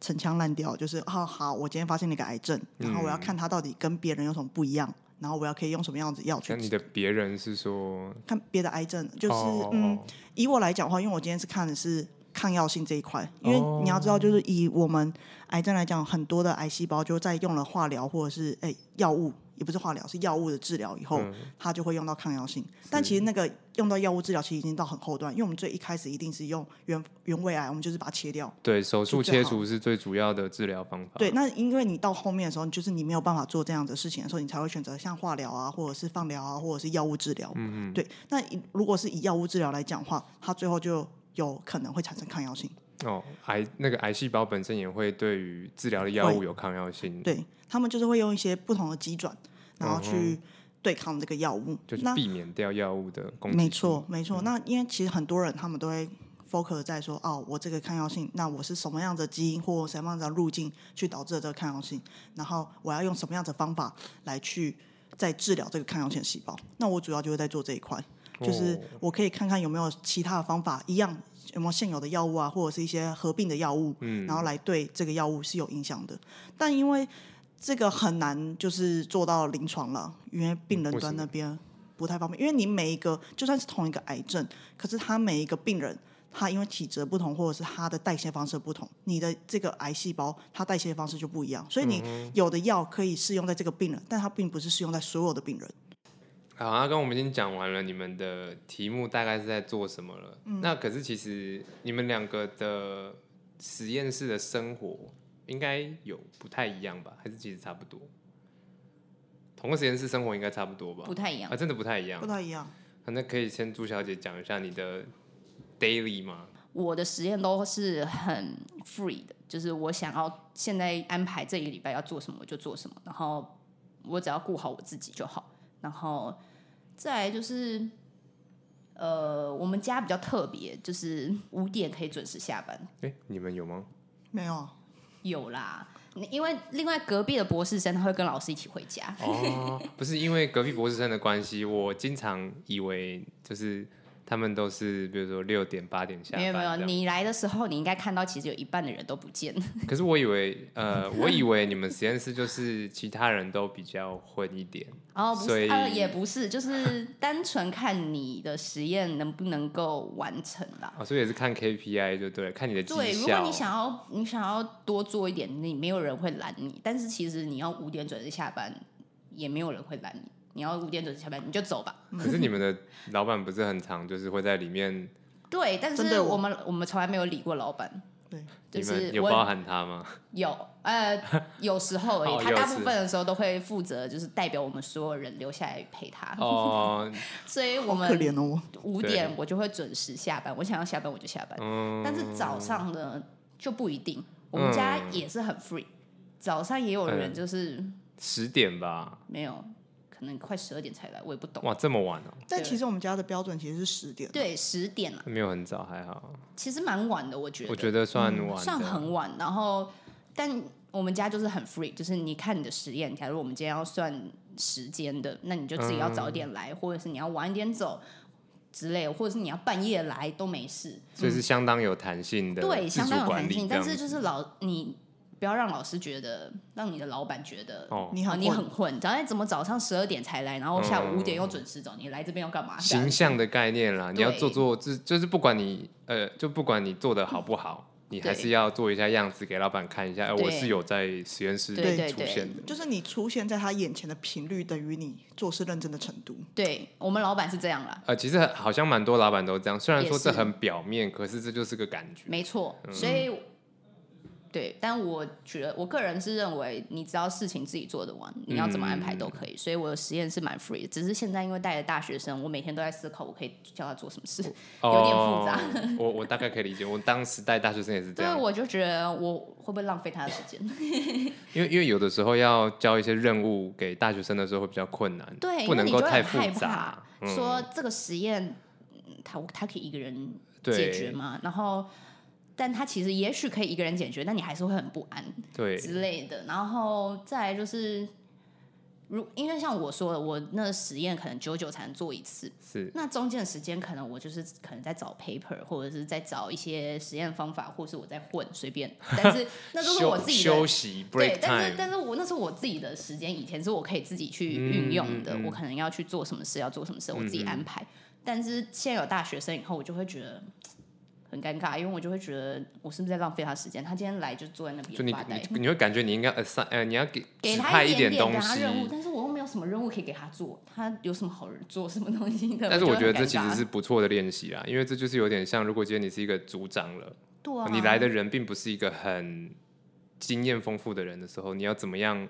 A: 陈腔滥调，就是啊好，我今天发现了一个癌症，然后我要
C: 嗯
A: 看它到底跟别人有什么不一样，然后我要可以用什么样子药去
C: 那你的别人是说，
A: 看别的癌症，就是、
C: 哦
A: 嗯
C: 哦，
A: 以我来讲的话，因为我今天是看的是抗药性这一块，因为
C: 哦
A: 你要知道，就是以我们癌症来讲，很多的癌细胞就在用了化疗或者是哎药、物，也不是化疗，是药物的治疗以后，它就会用到抗药性。但其实那个用到药物治疗，其实已经到很后段，因为我们最一开始一定是用原原位癌，我们就是把它切掉。
C: 对手
A: 就
C: 术
A: 最
C: 切
A: 好
C: 除是最主要的治疗方法。
A: 对，，那因为你到后面的时候，就是你没有办法做这样的事情的时候，你才会选择像化疗啊，或者是放疗啊，或者是药物治疗。嗯嗯。对，那以如果是以药物治疗来讲的话，它最后就有可能会产生抗药性。
C: 哦，癌那个癌细胞本身也会对于治疗的药物有抗药性，
A: 对他们就是会用一些不同的机转，然后去对抗这个药物。
C: 就是
A: 那
C: 避免掉药物的攻击。嗯
A: 没，错，没错。那因为其实很多人他们都会 focus 在说，哦，我这个抗药性，那我是什么样的基因或什么样的路径去导致了这个抗药性，然后我要用什么样的方法来去再治疗这个抗药性细胞。那我主要就会在做这一块，就是
C: 哦
A: 我可以看看有没有其他的方法一样。有没有现有的药物啊，或者是一些合并的药物，然后来对这个药物是有影响的。但因为这个很难就是做到临床了，因为病人
C: 为什
A: 端
C: 么
A: 那边不太方便，因为你每一个就算是同一个癌症，可是他每一个病人。他因为体质的不同，或者是他的代谢方式不同，你的这个癌细胞它代谢方式就不一样，所以你有的药可以适用在这个病人，但它并不是适用在所有的病人。
C: 好，那跟我们已经讲完了你们的题目大概是在做什么了。
B: 嗯
C: 那可是其实你们两个的实验室的生活应该有不太一样吧？还是其实差不多？同个实验室生活应该差不多吧
B: 不？太一样
C: 啊，。真的不太一样
A: 不。太一样，
C: 啊那可以先朱小姐讲一下你的 daily 吗？
B: 我的实验都是很 free 的，就是我想要现在安排这一个礼拜要做什么我就做什么，然后我只要顾好我自己就好。然后再来就是，呃，我们家比较特别，就是五点可以准时下班。
C: 哎、你们有吗？
A: 没有啊，
B: 有啦，因为另外隔壁的博士生他会跟老师一起回家，
C: 哦， 不是因为隔壁博士生的关系，我经常以为就是他们都是，比如说六点八点下班
B: 没有没有，
C: 这样
B: 你来的时候你应该看到，其实有一半的人都不见了。
C: 可是我以为，呃，我以为你们实验室就是其他人都比较混一点，
B: 哦，不
C: 所
B: 是，
C: 以
B: 呃，也不是，就是单纯看你的实验能不能够完成啦。
C: 哦，所以也是看 KPI 就对了，看你的绩效。
B: 对，如果你想要你想要多做一点，你没有人会拦你。但是其实你要五点准时下班，也没有人会拦你。你要五点准时下班，你就走吧。
C: 可是你们的老板不是很常就是会在里面，
B: 对，但
A: 真
B: 是
A: 的
B: 我们我们从来没有理过老板，
A: 对，
B: 就
C: 你
B: 是
C: 们有包
B: 我
C: 含他吗？
B: 有 呃有时候而
C: 哦
B: 已，他
C: 有
B: 大
C: 时
B: 部分的时候都会负责，就是代表我们所有人留下来陪他。
C: 哦，
B: 所以我
A: 可
B: 们
A: 怜哦我。
B: 五
C: 对
B: 点我就会准时下班，我想要下班我就下班。
C: 嗯，
B: 但是早上呢就不一定，我们家
C: 嗯
B: 也是很 free，、早上也有人
C: 嗯
B: 就是
C: 十点吧，
B: 没有，可能快十二点才来，我也不懂。
C: 哇，这么晚哦、
A: 但其实我们家的标准其实是十点，
B: 对，十点了，
C: 没有很早，还好，
B: 其实蛮晚的，我觉得，嗯
C: 我觉得算晚的、
B: 算很晚。然后，但我们家就是很 free，就是你看你的实验，假如我们今天要算时间的，那你就自己要
C: 嗯
B: 早一点来，或者是你要晚一点走之类的，或者是你要半夜来都没事。
C: 所以是相当有弹性的，
B: 对，相当有弹性，但是
C: 就
B: 就是老你不要让老师觉得，让你的老板觉得
C: 哦
A: 你
B: 哦
A: 很
B: 你
A: 混
B: 很混，然后怎么早上十二点才来，然后下午五点又
C: 嗯
B: 准时走，你来这边要干嘛？这样
C: 形象的概念啦，你要
B: 啊对
C: 做做，就就是不管你呃，就不管你做的好不 好，你还是要做一下样子给老板看一下，哎、
B: 对
C: 我是有在实验室
B: 对
A: 对
C: 出现的。
A: 就是你出现在他眼前的频率等于你做事认真的程度。
B: 对我们老板是这样啦，
C: 呃，其实好像蛮多老板都这样，虽然
B: 也
C: 说
B: 是
C: 嗯这很表面，可是这就是个感觉。
B: 没错，所以。对，但我觉得我个人是认为，你只要事情自己做得完，你要怎么安排
C: 嗯
B: 都可以。所以我的实验是蛮 free，的只是现在因为带着大学生，我每天都在思考我可以叫他做什么事， 有点复杂。
C: 哦、我我大概可以理解，我当时带大学生也是这
B: 对，啊
C: 样，
B: 我就觉得我会不会浪费他的时间？
C: 因为因为有的时候要交一些任务给大学生的时候会比较困难，
B: 对，
C: 不
B: 因为
C: 能
B: 你
C: 够
B: 就会
C: 太
B: 很
C: 复
B: 害怕
C: 杂，，嗯
B: 说这个实验嗯他他可以一个人解决
C: 对
B: 吗？然后，但他其实也许可以一个人解决，但你还是会很不安。
C: 对，
B: 之类的。然后再来就是，如因为像我说的，我那实验可能久久才能做一次，
C: 是
B: 那中间的时间可能我就是可能在找 paper，或者是在找一些实验方法，或是我在混随便，但是那都是
C: 休
B: 我自己
C: 休
B: 的。
C: 息
B: 对
C: break，
B: 但是但
C: time，
B: 是我那是我自己的时间，以前是我可以自己去运用的，
C: 嗯嗯嗯
B: 我可能要去做什么事，要做什么事，我自己安排。嗯但是现在有大学生以后，我就会觉得很尴尬，因为我就会觉得我是不是在浪费他时间？他今天来就坐在那边
C: 就你
B: 发呆，
C: 你你会感觉你应该 assign，呃，你要给
B: 给
C: 指
B: 他
C: 派
B: 一
C: 点
B: 点
C: 东
B: 给他
C: 西，
B: 任务，但是我又没有什么任务可以给他做，他有什么好人做什么东西 的？
C: 但是
B: 我
C: 我
B: 就
C: 觉得
B: 会
C: 这
B: 很
C: 其
B: 尴
C: 实
B: 尬
C: 是不错的练习啦，因为这就是有点像，如果今天你是一个组长了，
B: 对啊，
C: 你来的人并不是一个很经验丰富的人的时候，你要怎么样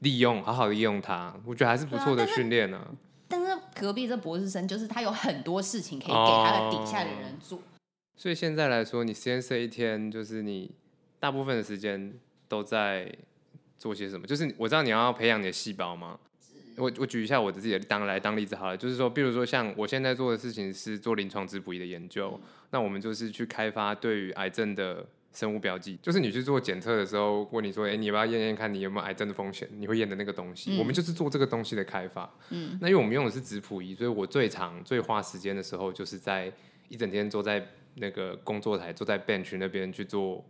C: 利用，好好的利用他，我觉得还是不
B: 啊
C: 错的训练啊呢。
B: 但是隔壁这博士生就是他有很多事情可以给他的底下的人做，
C: 所以现在来说，你实验室一天就是你大部分的时间都在做些什么？就是我知道你要培养你的细胞嘛。我我举一下我自己的当来当例子好了，就是说，比如说像我现在做的事情是做临床质谱仪的研究，那我们就是去开发对于癌症的生物标记，就是你去做检测的时候，问你说，哎、你要不要验验看你有没有癌症的风险？你会验的那个东西，
B: 嗯
C: 我们就是做这个东西的开发。
B: 嗯，
C: 那因为我们用的是质谱仪，所以我最长最花时间的时候就是在一整天坐在那个工作台，坐在 bench 那边去做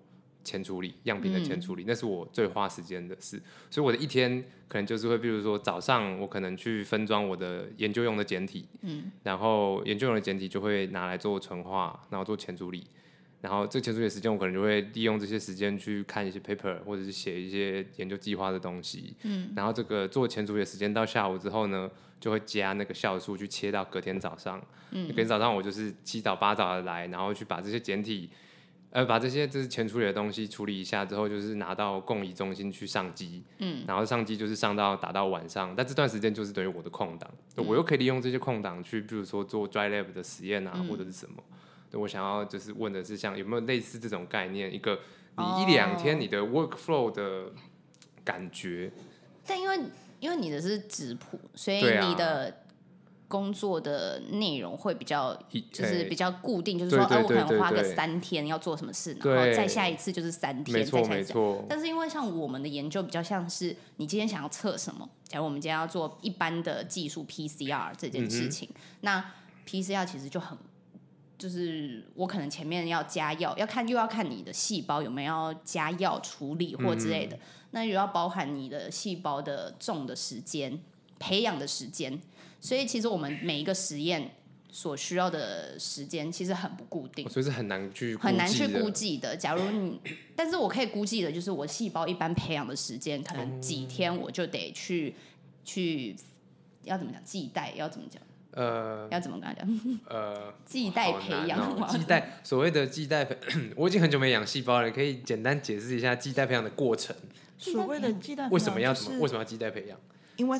C: 前处理样品的前处理，那是我最花时间的事。所以我的一天可能就是会，比如说早上我可能去分装我的研究用的简体，
B: 嗯，
C: 然后研究用的简体就会拿来做纯化，然后做前处理。然后这个前处理的时间，我可能就会利用这些时间去看一些 paper，或者是写一些研究计划的东西。嗯，然后这个做前处理的时间到下午之后呢，就会加那个酵素去切到隔天早上。嗯，隔天早上我就是七早八早的来，然后去把这些简体，呃，把这些就是前处理的东西处理一下之后，就是拿到供仪中心去上机。嗯，然后上机就是上到打到晚上，但这段时间就是等于我的空档，
B: 嗯
C: 对我又可以利用这些空档去，比如说做 dry lab 的实验啊，
B: 嗯
C: 或者是什么。对我想要就是问的是，像有没有类似这种概念？一个你一两
B: 哦
C: 天你的 workflow 的感觉，
B: 但因为因为你的是质谱，所以
C: 对啊
B: 你的工作的内容会比较。
C: 一
B: 就是比
C: 诶
B: 较固定，就是
C: 对
B: 说，
C: 对
B: 呃，我可
C: 对对
B: 能花个
C: 对
B: 三天要做什么事，然
C: 对
B: 后再下一次就是三天，
C: 没
B: 再
C: 错
B: 下一
C: 没
B: 次
C: 错，
B: 但是因为像我们的研究比较像是你今天想要测什么，假如我们今天要做一般的技术 PCR 这件事情，那 PCR 其实就很。就是我可能前面要加药，要看又要看你的细胞有没有要加药处理或之类的，那也要包含你的细胞的种的时间、培养的时间，所以其实我们每一个实验所需要的时间其实很不固定。
C: 所以是很难去
B: 很难
C: 计
B: 去
C: 的
B: 估计的。假如你，但是我可以估计的，就是我细胞一般培养的时间，可能几
C: 哦
B: 天我就得去去要怎么讲系带，要怎么讲，
C: 呃
B: 要怎么跟他讲
C: 呃，
B: 系带
C: 好
B: 培
C: 难
B: 养
C: 哦
B: 嘛？
C: 系带所谓的系带培， 我已经很久没养细胞了，可以简单解释一下系带培养的过程，
B: 嗯
A: 所谓的鸡蛋
C: 为什么要
A: 就是
C: 怎么为什么要系带培养？
A: 因为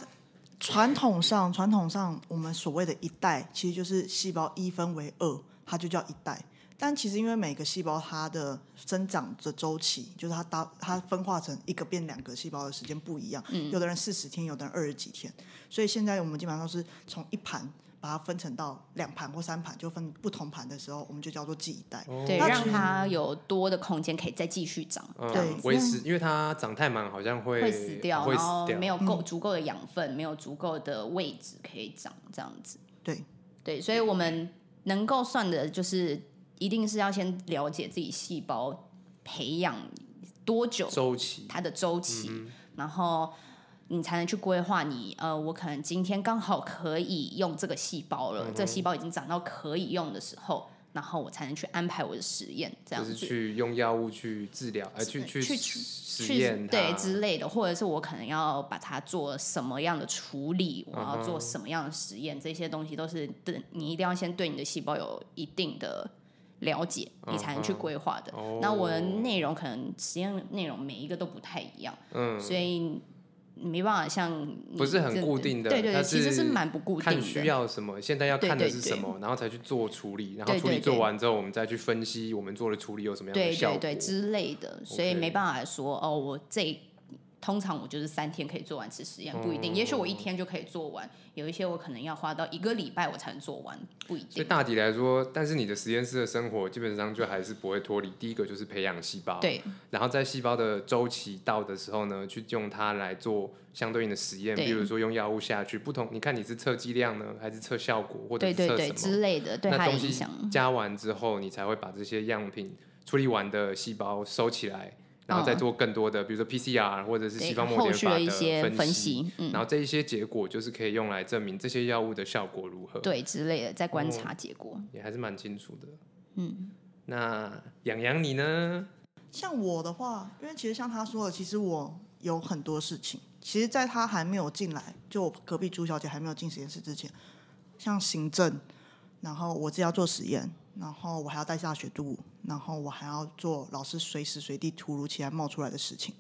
A: 传统上，传统上我们所谓的一代，其实就是细胞一分为二，它就叫一代。但其实因为每个细胞它的生长的周期，就是它搭它分化成一个变两个细胞的时间不一样，有的人四十天，有的人二十几天，所以现在我们基本上都是从一盘把它分成到两盘或三盘，就分不同盘的时候，我们就叫做记一代。
B: 对，
A: 那
B: 让
A: 其实
B: 它有多的空间可以再继续长，这样
C: 嗯，
A: 对
C: 维持，因为它长太满好像会
B: 会死掉，
C: 会
B: 然
C: 死
B: 后
C: 掉
B: 没有够足够的养分，没有足够的位置可以长，这样子。
A: 对
B: 对，所以我们能够算的就是，一定是要先了解自己细胞培养多久
C: 周期，
B: 它的周期，
C: 嗯
B: 然后你才能去规划你呃，我可能今天刚好可以用这个细胞
C: 嗯
B: 了，这个细胞已经长到可以用的时候，然后我才能去安排我的实验，这样
C: 就是
B: 子。
C: 去用药物去治疗，呃，去
B: 去
C: 去
B: 去
C: 实
B: 去
C: 验它，
B: 对之类的，或者是我可能要把它做什么样的处理，
C: 嗯
B: 我要做什么样的实验，这些东西都是对你一定要先对你的细胞有一定的了解，你才能去规划的。
C: 哦
B: 那我的内容可能实验内容每一个都不太一样，
C: 嗯，
B: 所以没办法像你
C: 不是很
B: 这
C: 固定的
B: 对对
C: 它
B: 对，其实
C: 是
B: 是蛮不固定
C: 看
B: 的。
C: 需要什么，现在要
B: 对
C: 看的
B: 对
C: 是
B: 对
C: 什么，然后才去做处理，然后
B: 对
C: 处理
B: 对
C: 做
B: 对
C: 完之后，我们再去分析我们做的处理有什么样的
B: 对
C: 效
B: 对
C: 果。
B: 对之类的，所以
C: OK
B: 没办法说哦，我这通常我就是三天可以做完此实验，不一定，也许
C: 哦
B: 我一天就可以做完，有一些我可能要花到一个礼拜我才能做完，不一
C: 所以
B: 定。
C: 大体来说，但是你的实验室的生活基本上就还是不会脱离。第一个就是培养细胞，，
B: 对
C: 然后在细胞的周期到的时候呢，去用它来做相对应的实验，
B: 对
C: 比如说用药物下去，不同，你看你是测剂量呢，还是测效果，或者
B: 对
C: 是
B: 对
C: 测
B: 对
C: 什么？
B: 之类的，对
C: 那
B: 它的
C: 东
B: 影
C: 西
B: 响。
C: 加完之后，你才会把这些样品处理完的细胞收起来，然后再
B: 嗯
C: 做更多的，比如说 PCR 或者是西
B: 对
C: 方膜
B: 后
C: 联
B: 续
C: 法
B: 的一些
C: 分析。
B: 析，嗯，
C: 然后这一些结果就是可以用来证明这些药物的效果如何。
B: 对之类的，再观
C: 哦
B: 察结果。
C: 也还是蛮清楚的。嗯，那养养你呢？
A: 像我的话，因为其实像他说的，其实我有很多事情。其实，在他还没有进来，就我隔壁朱小姐还没有进实验室之前，像行政，然后我自己要做实验，然后我还要带下学度，然后我还要做老师随时随地突如其来冒出来的事情，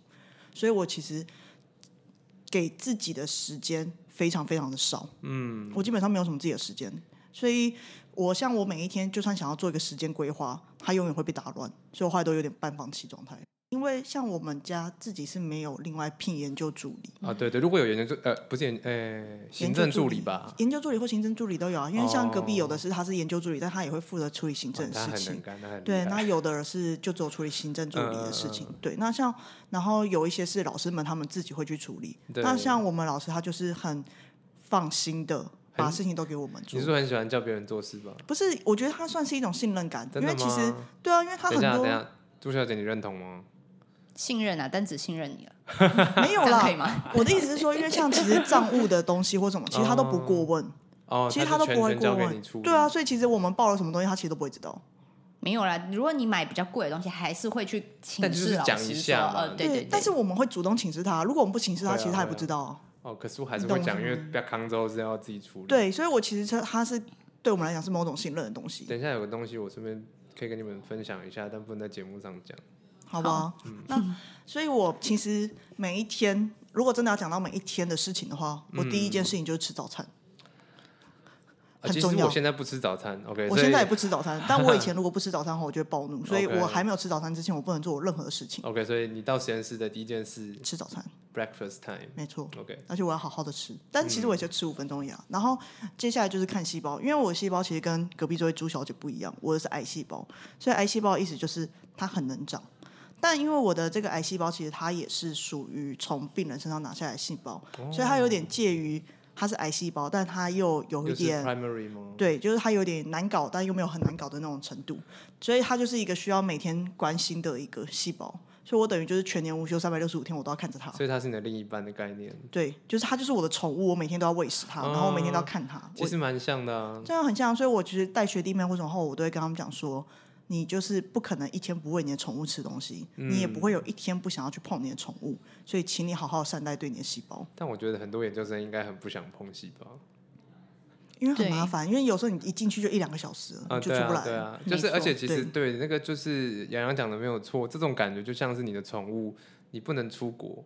A: 所以我其实给自己的时间非常非常的少。嗯，我基本上没有什么自己的时间，所以我像我每一天，就算想要做一个时间规划，它永远会被打乱，所以我后来都有点半放弃状态。因为像我们家自己是没有另外聘研究助理，
C: 啊，对对，如果有研究助呃，不是研呃，行政助理吧？
A: 研究助理或行政助理都有啊。因为像隔壁
C: 哦
A: 有的是他是研究助理，但他也会负责处理行
C: 哇
A: 政的
C: 他
A: 事
C: 很
A: 情
C: 能。干，他很厉
A: 对，
C: 害嗯
A: 那有的是就只有处理行政助理的事情。对，那像然后有一些是老师们他们自己会去处理。
C: 对
A: 那像我们老师他就是很放心的把事情都给我们做
C: 你。是很喜欢叫别人做事吧？
A: 不是，我觉得他算是一种信任感，因
C: 真的
A: 为
C: 吗？
A: 其实对啊，因为他很
C: 等一下，等一
A: 多
C: 下，朱小姐，你认同吗？
B: 信任啊，但只信任你了，
A: 没有
B: 这样
A: 啦
B: 可以。吗？
A: 我的意思是说，因为像其实账务的东西或什么，其实他都不过问，
C: 哦，
A: 其实
C: 他
A: 都不会
C: 全权交
A: 过
C: 给你
A: 问
C: 处。理。
A: 对啊，，所以其实我们报了什么东西，他其实都不会知道。
B: 没有啦，如果你买比较贵的东西，还是会去
C: 但
B: 请
C: 就是
B: 示老
C: 讲
B: 师
C: 一
B: 说
C: 下嘛
B: 呃，对对，
A: 但是我们会主动请示他，如果我们不请示他，
C: 会啊
A: 其实他也
C: 会啊
A: 不知道啊。
C: 哦，可是我还是
A: 你懂
C: 会
A: 我
C: 讲，
A: 什
C: 因
A: 么
C: 为不要康州是要自己处理。，
A: 对，所以我其实他他是对我们来讲是某种信任的东西，
C: 等一下有个东西我顺便可以跟你们分享一下，但不能在节目上讲。
A: 好吧？那所以，我其实每一天，如果真的要讲到每一天的事情的话，我第一件事情就是吃早餐。
C: 啊
A: 很
C: 其实
A: 重要
C: 我现在不吃早餐，OK，
A: 我
C: 所以
A: 现在也不吃早餐，但我以前如果不吃早餐的话，我就会暴怒，所以
C: OK
A: 我还没有吃早餐之前，我不能做我任何的事情。
C: OK，所以你到实验室的第一件事
A: 吃早餐，
C: breakfast time，OK，、
A: 没错。而且我要好好的吃，但其实我也就吃五分钟呀。然后接下来就是看细胞，因为我的细胞其实跟隔壁这位朱小姐不一样，我的是癌细胞，所以癌细胞的意思就是它很能长。但因为我的这个癌细胞其实它也是属于从病人身上拿下来的细胞，所以它有点介于它是癌细胞，但它又有一
C: 就是
A: 点
C: primary 吗？
A: 对，就是它有点难搞，但又没有很难搞的那种程度，所以它就是一个需要每天关心的一个细胞。所以我等于就是全年无休，三百六十五天我都要看着它。
C: 所以它是你的另一半的概念，
A: 对，就是它就是我的宠物，我每天都要喂食它，然后我每天都要看它。
C: 哦其
A: 我
C: 实蛮像的啊。
A: 这样很像，所以我其实带学弟妹或什么后，我都会跟他们讲说，你就是不可能一天不喂你的宠物吃东西，你也不
C: 嗯
A: 会有一天不想要去碰你的宠物，所以请你好好善待对你的细胞，
C: 但我觉得很多研究生应该很不想碰细胞
A: 因为很
B: 对
A: 麻烦，因为有时候你一进去就一两个小时了，你
C: 啊，
A: 嗯就
C: 对
A: 出不来了。
C: 啊，对啊，
B: 没
C: 就是而
B: 错
C: 且其实
A: 对
C: 对那个就是洋洋讲的没有错，这种感觉就像是你的宠物，你不能出国，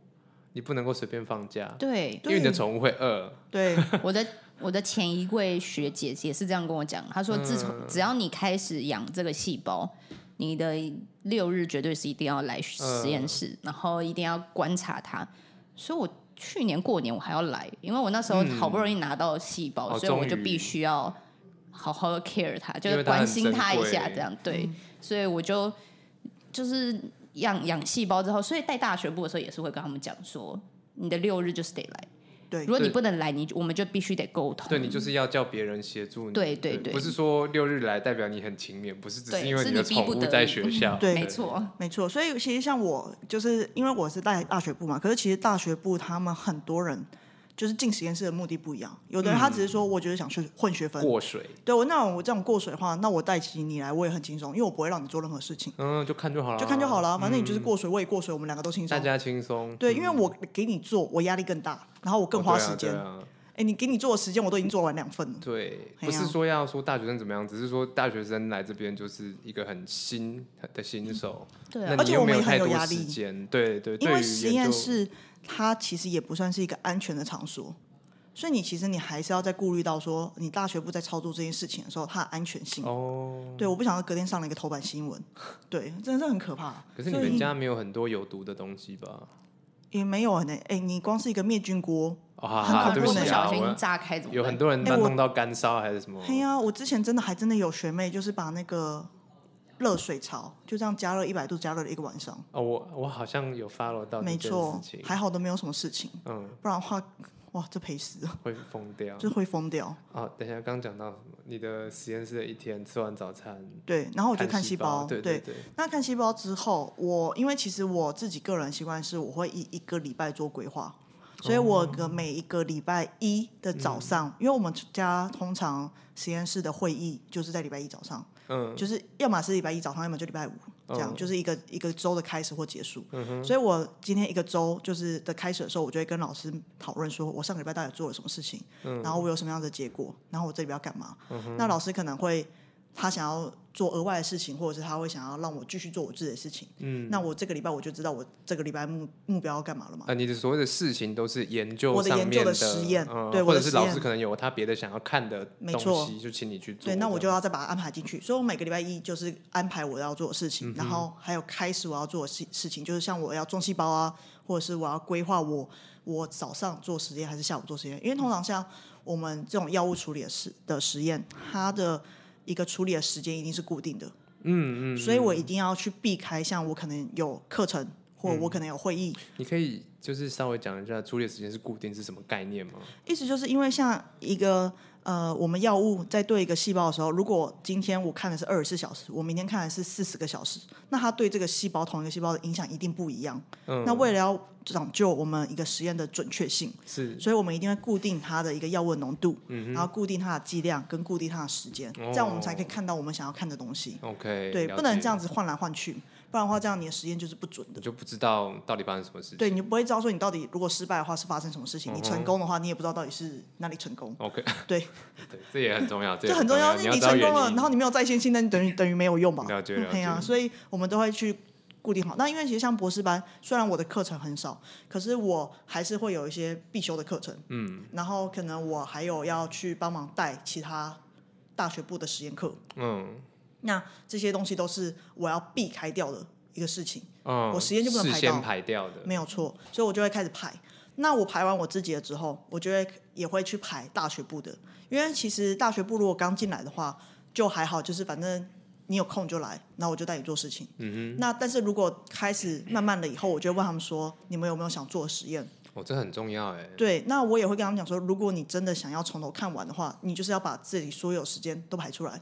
C: 你不能够随便放假，
B: 对
C: 因为你的宠物会饿。
A: 对
B: 我的我的前一位学姐也是这样跟我讲，她说自
C: 嗯
B: 从、只要你开始养这个细胞，你的六日绝对是一定要来
C: 嗯
B: 实验室，然后一定要观察它。所以我去年过年我还要来，因为我那时候好不容易拿到细胞，
C: 嗯哦
B: 所以我就
C: 终于
B: 必须要好好的 care 它，就
C: 因为
B: 是
C: 它很
B: 关心它一
C: 珍
B: 下
C: 贵
B: 这样。对，所以我就就是养养细胞之后，所以带大学部的时候也是会跟他们讲说，你的六日就是得来。
A: 对
B: 如，果你
C: 对
B: 不能来，你我们就必须得沟通。
C: 对你就是要叫别人协助你，
B: 对对对
C: 不是说六日来代表你很勤勉，不是只是
B: 对
C: 因为
B: 是
C: 的
B: 你逼
C: 宠
B: 不
C: 物
B: 得
C: 在
B: 已
C: 学校，
A: 嗯对
B: 没错，
A: 没错，所以其实像我，就是因为我是带大学部嘛，可是其实大学部他们很多人就是进实验室的目的不一样，有的人他只是
C: 嗯
A: 说我就是想去混学分，
C: 过水，
A: 对我那种我这种过水的话，那我带起你来我也很轻松，因为我不会让你做任何事情，
C: 嗯，就看就好了，
A: 就看就好了，反正你就是过水，我也过水，我们两个都轻
C: 嗯大
A: 松。
C: 家轻松，
A: 对，
C: 嗯
A: 因为我给你做，我压力更大，然后我更
C: 哦
A: 花
C: 对啊
A: 时间，
C: 对啊
A: 哎、你给你做的时间我都已经做完两份了。
C: 对，
A: 哎
C: 不是
A: 呀
C: 说要说大学生怎么样，只是说大学生来这边就是一个很新的新手，
B: 对
C: 那
B: 啊，
A: 嗯而
C: 你
A: 且
C: 又
A: 我
C: 没
A: 们
C: 有
A: 也很
C: 太
A: 有
C: 多
A: 压
C: 时
A: 力
C: 间，对对，
A: 因
C: 对
A: 为
C: 于
A: 实
C: 研
A: 验
C: 究
A: 室它其实也不算是一个安全的场所，所以你其实你还是要再顾虑到说，你大学部在操作这件事情的时候，它的安全性。
C: 哦，
A: 对，我不想要隔天上了一个头版新闻，对，真的是很可怕。
C: 可是你
A: 所以
C: 们家没有很多有毒的东西吧？
A: 也没有很、哎、你光是一个灭菌锅，
C: 啊，
A: 很恐怖
C: 对不
B: 不
A: 的
C: 起
B: 小
C: 啊，
B: 心
C: 我
B: 炸开怎么
C: 有
B: 办
C: 很多人他
A: 哎我
C: 弄到干烧还是什么？
A: 哎呀、我之前真的还真的有学妹，就是把那个热水槽就这样加热一百度，加热了一个晚上。
C: 哦，我我好像有 follow 到这
A: 没
C: 件
A: 错
C: 事情，
A: 还好都没有什么事情，
C: 嗯，
A: 不然的话，哇，这赔死了，
C: 会疯掉。
A: 就会疯掉。
C: 哦，等一下，刚讲到什么？你的实验室的一天吃完早餐，
A: 对，然后我就
C: 看
A: 看
C: 细
A: 细胞，
C: 对对对，
A: 那看细胞之后，我因为其实我自己个人习惯是，我会一一个礼拜做规划，所以我个每一个礼拜一的早上，
C: 哦
A: 因为我们家通常实验室的会议就是在礼拜一早上，
C: 嗯，
A: 就是要么是礼拜一早上，要么就礼拜五，这样、
C: 嗯
A: 就是一个一个周的开始或结束。所以我今天一个周就是的开始的时候，我就会跟老师讨论说，我上个礼拜到底做了什么事情，
C: 嗯
A: 然后我有什么样的结果，然后我这礼拜要干嘛。那老师可能会他想要做额外的事情，或者是他会想要让我继续做我自己的事情。
C: 嗯
A: 那我这个礼拜我就知道我这个礼拜目目标要干嘛了嘛。
C: 啊，你的所谓的事情都是研究
A: 我的
C: 上
A: 研
C: 面
A: 究的实验
C: 嗯
A: 对我
C: 或者
A: 的
C: 是
A: 实
C: 老
A: 验
C: 师可能有他别的想要看的
A: 没
C: 东
A: 错
C: 西，就请你去做这
A: 对，
C: 样。
A: 那我就要再把它安排进去。所以我每个礼拜一就是安排我要做的事情，
C: 嗯
A: 然后还有开始我要做的事事情，就是像我要种细胞啊，或者是我要规划我我早上做实验还是下午做实验。因为通常像我们这种药物处理的实的实验，它的一个处理的时间一定是固定的，
C: 嗯嗯，
A: 所以我一定要去避开像我可能有课程或
C: 嗯
A: 我可能有会议，
C: 你可以就是稍微讲一下初列时间是固定是什么概念吗？
A: 意思就是因为像一个呃，我们药物在对一个细胞的时候，如果今天我看的是二十四小时，我明天看的是四十个小时，那它对这个细胞同一个细胞的影响一定不一样。
C: 嗯
A: 那为了要讲究我们一个实验的准确性，
C: 是
A: 所以我们一定会固定它的一个药物的浓度，
C: 嗯
A: 然后固定它的剂量跟固定它的时间，这样我们才可以看到我们想要看的东西。
C: OK，
A: 对，
C: 哦了
A: 不能
C: 解
A: 这样，子换来换去，不然的话这样你的实验就是不准的
C: 你。就不知道到底发生什么事情。
A: 对，你就不会知道说你到底如果失败的话是发生什么事
C: 嗯
A: 情，你成功的话你也不知道到底是哪里成功。
C: OK，
A: 对，
C: 对，这也很重要，这
A: 这
C: 也
A: 很重要。
C: 要。
A: 那
C: 你要
A: 你
C: 知道
A: 成功
C: 原
A: 了，
C: 因
A: 然后你没有在线性，那你等于等于没有用吧？
C: 了解了
A: 对呀、
C: 解
A: 啊所以我们都会去固定好。那因为其实像博士班，虽然我的课程很少，可是我还是会有一些必修的课程。嗯，然后可能我还有要去帮忙带其他大学部的实验课。
C: 嗯
A: 那这些东西都是我要避开掉的一个事情。
C: 嗯，
A: 我实验就不能
C: 事
A: 排
C: 先
A: 到嗯
C: 排掉的。
A: 没有错，所以我就会开始排。那我排完我自己的之后，我就会也会去排大学部的，因为其实大学部如果刚进来的话，就还好，就是反正你有空就来，那我就带你做事情。嗯哼。那但是如果开始慢慢的以后，我就会问他们说，你们有没有想做的实验？
C: 哦，这很重要哎。
A: 对，那我也会跟他们讲说，如果你真的想要从头看完的话，你就是要把自己所有时间都排出来。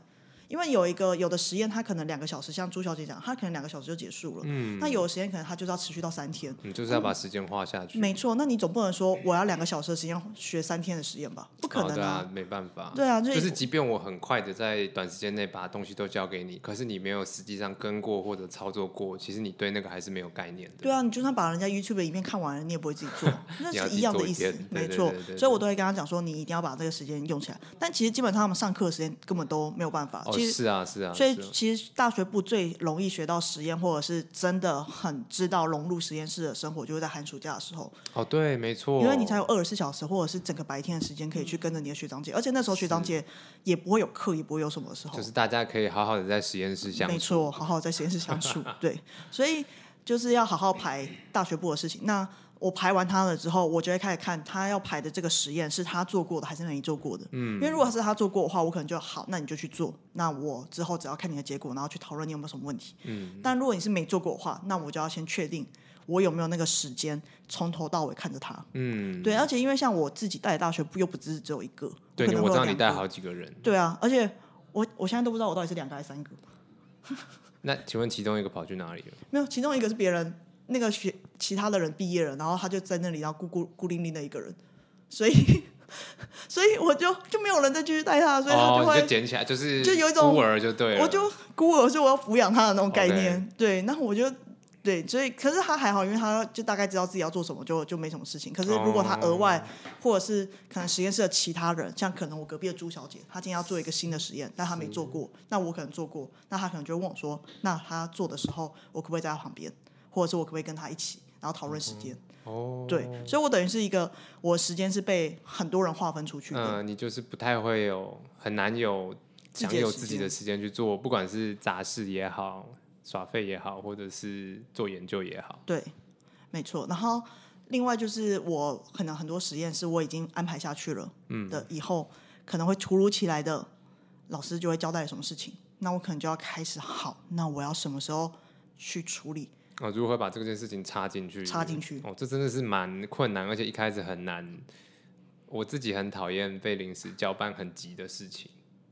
A: 因为有一个有的实验，它可能两个小时，像朱小姐讲，她可能两个小时就结束了。嗯，那有的实验可能它就是要持续到三天。
C: 你就是要把时间画下去。
A: 没错，那你总不能说我要两个小时的时间学三天的实验吧？不可
C: 哦
A: 能
C: 对啊，！没办法。
A: 对啊
C: 就
A: 所以
C: 是即便我很快的在短时间内把东西都交给你，可是你没有实际上跟过或者操作过，其实你对那个还是没有概念的。
A: 对啊，你就算把人家 YouTube 的影片看完了，你也不会自己 做，那
C: 你要
A: 是
C: 自己
A: 一样的
C: 做一
A: 意思
C: 遍，对
A: 没
C: 对
A: 错
C: 对对。对
A: 所以我都会跟他讲说，你一定要把这个时间用起来。但其实基本上他们上课的时间根本都没有办法。
C: 哦，
A: 其实，
C: 是啊，是啊。
A: 所以
C: 是啊
A: 其实大学部最容易学到实验，或者是真的很知道融入实验室的生活，就是在寒暑假的时候，
C: 哦，对，没错。
A: 因为你才有二十四小时，或者是整个白天的时间可以去跟着你的学长姐，而且那时候学长姐也不会有课，也不会有什么的时候，
C: 就是大家可以好好的在实验室相
A: 没
C: 处。
A: 错，好好在实验室相处。对，所以就是要好好排大学部的事情。那我排完他了之后，我就会开始看他要排的这个实验是他做过的还是没做过的。嗯，因为如果是他做过的话，我可能就好，那你就去做。那我之后只要看你的结果，然后去讨论你有没有什么问题。嗯，但如果你是没做过的话，那我就要先确定我有没有那个时间从头到尾看着他。
C: 嗯，
A: 对，而且因为像我自己带的大学部又不只是只有一个，
C: 对，
A: 可
C: 你
A: 能
C: 我
A: 会
C: 知
A: 有
C: 道你
A: 两
C: 带
A: 个
C: 好几个人。
A: 对啊，而且我我现在都不知道我到底是两个还是三个。
C: 那请问其中一个跑去哪里了？
A: 没有，其中一个是别人那个学其他的人毕业了，然后他就在那里，然后孤孤孤零零的一个人，所以 所以我就就没有人再继续带他，所以他
C: 哦，
A: 就
C: 你
A: 会、
C: 就捡起来，就是
A: 就有一种
C: 孤儿就对了。啊
A: 我就孤儿，所以我要抚养他的那种概念。对，然后我就对，所以可是他还好，因为他就大概知道自己要做什么，就就没什么事情。可是如果他额外、或者是可能实验室的其他人，像可能我隔壁的朱小姐，她今天要做一个新的实验，但她没做过，那我可能做过，那她可能就会问我说，那她做的时候，我可不可以在她旁边，或者是我可不可以跟她一起，然后讨论时间？
C: 哦，
A: 对，所以我等于是一个，我时间是被很多人划分出去的。
C: 嗯、你就是不太会有，很难有
A: 自己的
C: 享有
A: 时
C: 自己
A: 间
C: 的时间去做，不管是杂事也好，耍废也好，或者是做研究也好。
A: 对，没错。然后另外就是我可能很多实验是我已经安排下去了，嗯的，以后可能会突如其来的老师就会交代什么事情，那我可能就要开始好，那我要什么时候去处理？
C: 哦，如何把这件事情插进去？
A: 插进去
C: 哦，这真的是蛮困难，而且一开始很难。我自己很讨厌被临时交办很急的事情。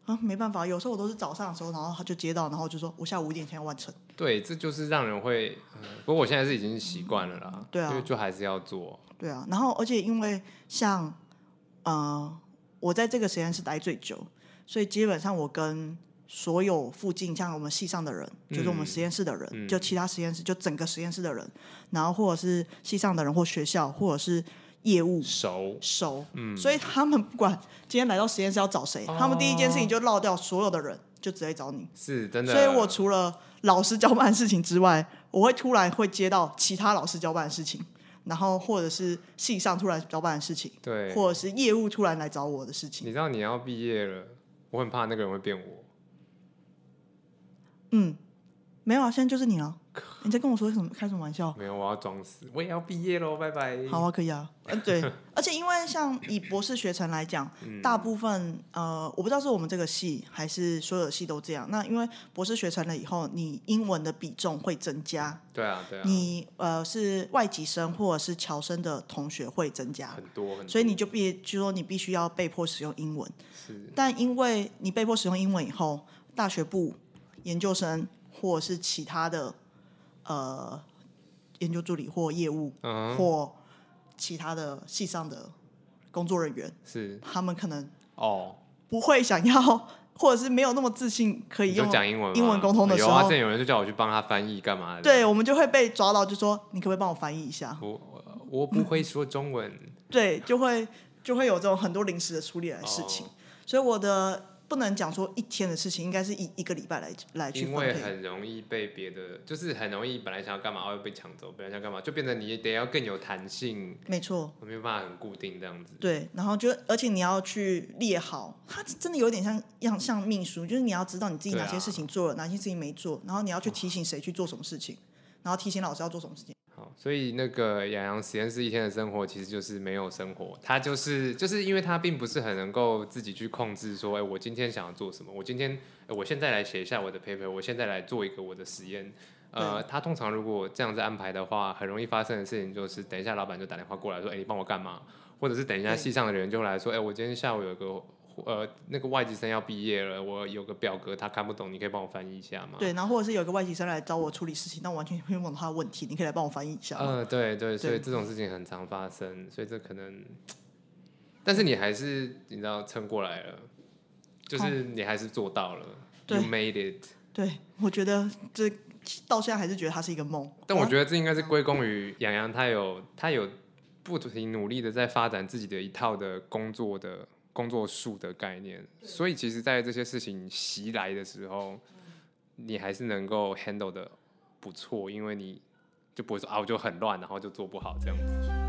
A: 啊，没办法，有时候我都是早上的时候，然后他就接到，然后就说我下午五点前要完成。
C: 对，这就是让人会，嗯不过我现在是已经习惯了啦。
A: 对啊
C: 因为就还是要做。
A: 对啊，然后而且因为像呃，我在这个实验室待最久，所以基本上我跟所有附近像我们系上的人，就是我们
C: 嗯
A: 实验室的人，
C: 嗯
A: 就其他实验室，就整个实验室的人，然后或者是系上的人或学校或者是业务
C: 熟，
A: 熟，
C: 嗯
A: 所以他们不管今天来到实验室要找
C: 哦
A: 谁，他们第一件事情就绕掉所有的人，就直接找你。
C: 是真的。
A: 所以我除了老师交办的事情之外，我会突然会接到其他老师交办的事情，然后或者是系上突然交办的事情，
C: 对，
A: 或者是业务突然来找我的事情。
C: 你知道你要毕业了，我很怕那个人会变我。
A: 嗯，没有啊，现在就是你啊！你在跟我说什么？开什么玩笑？
C: 没有，我要装死，我也要毕业喽，拜拜。
A: 好啊，可以啊。嗯、 对，而且因为像以博士学程来讲，
C: 嗯
A: 大部分呃，我不知道是我们这个系还是所有的系都这样。那因为博士学成了以后，你英文的比重会增加，
C: 对啊，对啊，
A: 你呃是外籍生或者是侨生的同学会增加，
C: 很多很多，
A: 所以你就必就说你必须要被迫使用英文。
C: 是
A: 但因为你被迫使用英文以后，大学部、研究生或者是其他的呃研究助理或业务、
C: 嗯
A: 或其他的系上的工作人员，
C: 是
A: 他们可能
C: 哦。
A: 不会想要，或者是没有那么自信可以
C: 你就
A: 用
C: 讲英文吗，
A: 英文沟通的时
C: 有
A: 候
C: 啊，之，前有人就叫我去帮他翻译干嘛的。
A: 对我们就会被抓到，就说你可不可以帮我翻译一下？
C: 我，我我不会说中文，
A: 对，就会就会有这种很多临时的处理的事情。
C: 哦
A: 所以我的不能讲说一天的事情，应该是一一个礼拜来来去
C: 因
A: 分
C: 为
A: 配。
C: 很容易被别的，就是很容易本来想要干嘛，哦又被抢走，本来想干嘛，就变成你得要更有弹性，
A: 没错，
C: 我没有办法很固定这样子。
A: 对，然后就而且你要去列好，它真的有点像像像秘书，就是你要知道你自己
C: 对
A: 哪
C: 啊嗯
A: 些事情做了，哪些事情没做，然后你要去提醒谁去做什么事情，然后提醒老师要做什么事情。
C: 好，所以那个雅阳实验室一天的生活其实就是没有生活，他就是就是因为他并不是很能够自己去控制说，哎、我今天想要做什么，我今天、哎我现在来写一下我的 paper，我现在来做一个我的实验。呃，他通常如果这样子安排的话，很容易发生的事情就是，等一下老板就打电话过来说，哎、你帮我干嘛？或者是等一下
A: 对
C: 系上的人就来说，哎、我今天下午有个呃那个外籍生要毕业了，我有个表格他看不懂，你可以帮我翻译一下吗？
A: 对，然后或者是有一个外籍生来找我处理事情，那我完全会问他的问题，你可以来帮我翻译一下吗。
C: 呃，对对，所以
A: 对
C: 这种事情很常发生，所以这可能，但是你还是你知道撑过来了，就是你还是做到了、y
A: 哦对
C: o u made it。
A: 对，我觉得这到现在还是觉得它是一个梦。
C: 但我
A: 要
C: 觉得这应该是归功于杨洋，他有他有不停努力的在发展自己的一套的工作的工作术的概念，所以其实，在这些事情袭来的时候，
A: 嗯
C: 你还是能够 handle 的不错，因为你就不会说啊，我就很乱，然后就做不好这样子。